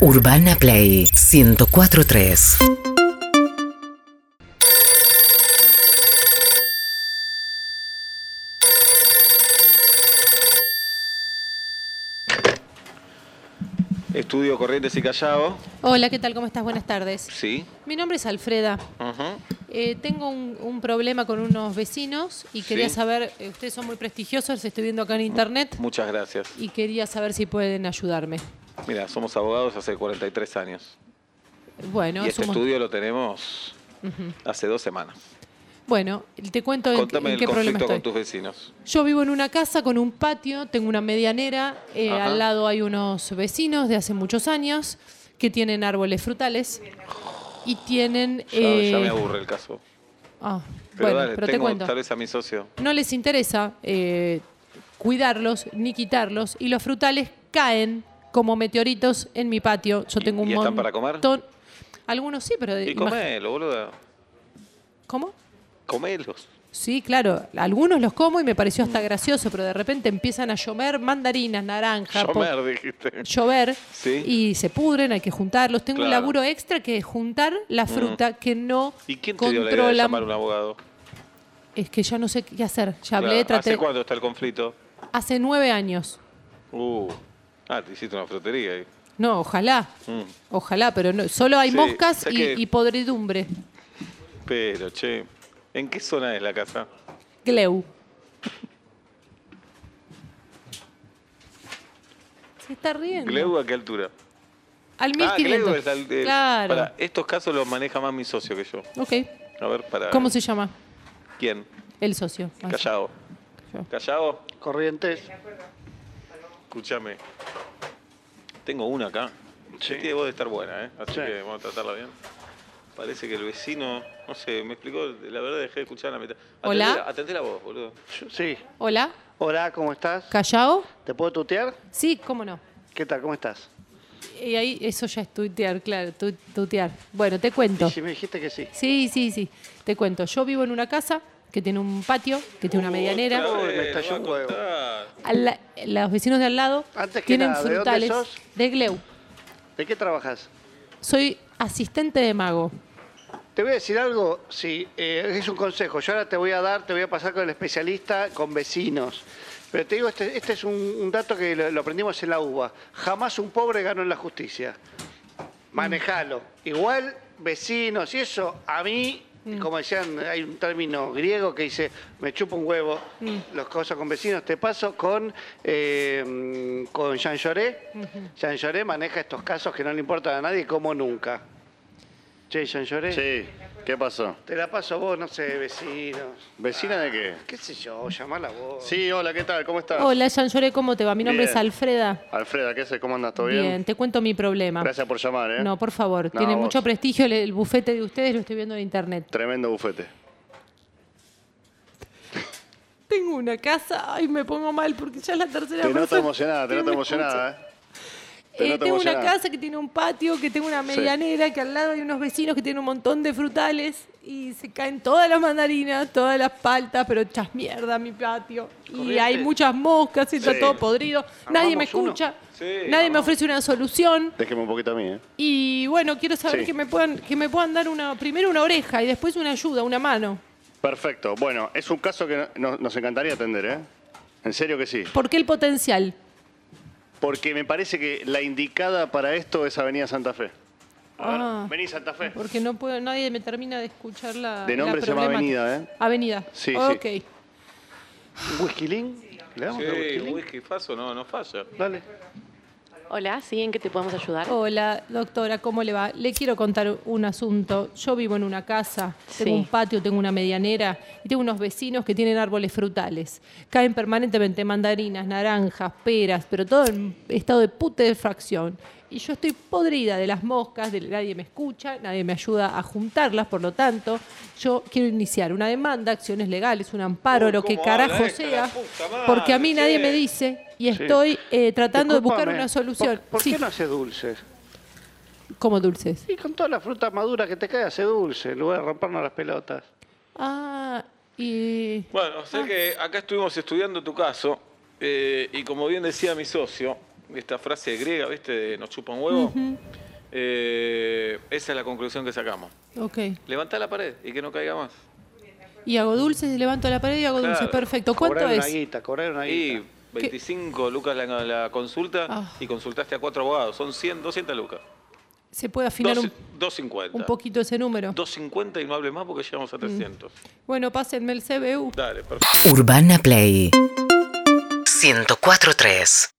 Urbana Play 1043. Estudio Corrientes y Callao, Hola, ¿qué tal? ¿Cómo estás? Buenas tardes. sí. Mi nombre es Alfreda. Ujú. Eh, tengo un, un problema con unos vecinos y quería Sí. saber, eh, ustedes son muy prestigiosos, estoy viendo acá en internet Muchas gracias. y quería saber si pueden ayudarme. Mira, somos abogados hace 43 años. Bueno, y es este un mon- estudio lo tenemos hace dos semanas. bueno te cuento en- en, Contame qué el problema conflicto estoy. con tus vecinos. Yo vivo en una casa con un patio, tengo una medianera, eh, Ajá. al lado hay unos vecinos de hace muchos años que tienen árboles frutales y tienen... Ya, eh, ya me aburre el caso. ah, Pero bueno, dale, pero te tengo cuento. tal vez a mi socio. no les interesa eh, cuidarlos ni quitarlos y los frutales caen como meteoritos en mi patio. Yo ¿Y- tengo un y están para comer? montón- Algunos sí, pero de- Y Eh, imag- comelo, boluda. ¿Cómo? Comelos. Sí, claro, algunos los como y me pareció hasta gracioso, pero de repente empiezan a llover mandarinas, naranjas, po- Comer, dijiste. llover Sí. y se pudren, hay que juntarlos. Tengo un Claro. Mm. laburo extra que es juntar la fruta que no ¿Y quién te dio la idea de controlan. llamar a un abogado? es que ya no sé qué hacer. Ya hablé, Claro. traté. ¿Hace cuándo está el conflicto? Hace nueve años. Uh. Ah, te hiciste una frutería ahí. Mm. No, ojalá. Ojalá, pero no, solo hay Sí, moscas sé y, que- y podredumbre. Pero, che. ¿En qué zona es la casa? Gleu. Se está riendo. ¿Gleu a qué altura? Al Ah, Gleu 1500. es al- el- claro. pará, estos casos los maneja más mi socio que yo. Ok. A ver, para. ¿Cómo se llama? ¿Quién? El socio. Ah, sí. Callado. Callao. Callado, Corrientes. escúchame. Tengo una acá. Sí. Tiene voz de estar buena, ¿eh? Así Sí. que vamos a tratarla bien. Parece que el vecino, no sé, me explicó, la verdad dejé de escuchar la mitad. Atendé Hola. la- Atendé la voz, boludo. Sí. Hola. Hola, ¿cómo estás? ¿Callao? ¿Te puedo tutear? Sí, cómo no. ¿Qué tal? ¿Cómo estás? Y ahí eso ya es tuitear, claro, tu- tutear. Bueno, te cuento. Y si me dijiste que sí. Sí, sí, sí. Te cuento. Yo vivo en una casa que tiene un patio, que tiene una Uh, medianera. Otra Uy, me vez, estalló va un a huevo. contar. Al la- los vecinos de al lado Antes que tienen nada, ¿de dónde frutales sos? de Gleu. ¿De qué trabajas? Soy asistente de mago. Te voy a decir algo, sí, eh, es un consejo. Yo ahora te voy a dar, te voy a pasar con el especialista, con vecinos. Pero te digo, este, este es un, un dato que lo, lo aprendimos en la UBA. Jamás un pobre ganó en la justicia. Manejalo. Igual, vecinos y eso, a mí, como decían, hay un término griego que dice, me chupa un huevo, las cosas con vecinos. Te paso con, eh, con Jean Lloré. Jean Lloré maneja estos casos que no le importan a nadie como nunca. Che, Jean Lloré. Sí, ¿qué pasó? Te la paso a vos, no sé, vecinos. ¿Vecina de qué? ¿Qué sé yo? Llamala vos. Sí, hola, ¿qué tal? ¿Cómo estás? Hola, Jean Lloré, ¿cómo te va? Mi nombre Bien. es Alfreda. Alfreda, ¿qué haces? ¿Cómo andas? ¿Todo bien? te cuento mi problema. Gracias por llamar, ¿eh? No, por favor. No, tiene vos. mucho prestigio el, el bufete de ustedes, lo estoy viendo en internet. Tremendo bufete. Tengo una casa, ay, me pongo mal porque ya es la tercera Te noto persona emocionada, te que noto me emocionada, escucha. ¿eh? te Eh, noto tengo una emocionada. casa que tiene un patio, que tengo una medianera, que al lado hay unos vecinos que tienen un montón de frutales y se caen todas las mandarinas, todas las paltas, pero chas mierda mi patio. Y Corriente. hay muchas moscas, y está Sí. todo podrido. Nadie me Armamos uno. escucha, Sí, nadie me armamos. ofrece una solución. Déjeme un poquito a mí, ¿eh? Y bueno, quiero saber Sí. que me puedan que me puedan dar una primero una oreja y después una ayuda, una mano. Perfecto. Bueno, es un caso que no- no- nos encantaría atender, ¿eh? En serio que sí. ¿Por qué el potencial? Porque me parece que la indicada para esto es Avenida Santa Fe. A ver, Ah. vení Santa Fe. Porque no puedo, nadie me termina de escuchar la De la nombre se llama problemática. Avenida, ¿eh? Avenida. Sí, sí. Ok. ¿Un whisky link? ¿Le damos un Sí, whisky un link? whisky faso, no, no falla. Dale. Hola, ¿sí? ¿En qué te podemos ayudar? Hola, doctora, ¿cómo le va? Le quiero contar un asunto. Yo vivo en una casa, tengo Sí. un patio, tengo una medianera y tengo unos vecinos que tienen árboles frutales. Caen permanentemente mandarinas, naranjas, peras, pero todo en estado de putrefacción. Y yo estoy podrida de las moscas, de, nadie me escucha, nadie me ayuda a juntarlas, por lo tanto, yo quiero iniciar una demanda, acciones legales, un amparo, Uy, lo que cómo carajo habla esta, la sea, puta madre, porque a mí nadie che. me dice y estoy eh, tratando de buscar Disculpame, una solución. ¿Por, por Sí, qué no hace dulces? como dulces. Y con toda la fruta madura que te cae, hace dulce, en lugar de rompernos las pelotas. Ah, y. Ah. Bueno, sé que acá estuvimos estudiando tu caso eh, y como bien decía mi socio, esta frase griega, ¿viste? De nos chupa un huevo. Eh, esa es la conclusión que sacamos. Ok. Levantá la pared y que no caiga más. Y hago dulces, levanto la pared y hago Claro. dulces. Perfecto. ¿Cuánto Cobrar una es? guita, cobrar una guita. Y 25 lucas la, la consulta Ah. y consultaste a cuatro abogados. Son 100, 200 lucas. ¿Se puede afinar Dos- un, 250. un poquito ese número? 250 y no hable más porque llegamos a 300. Bueno, pásenme el CBU. Dale, perfecto. Urbana Play 104.3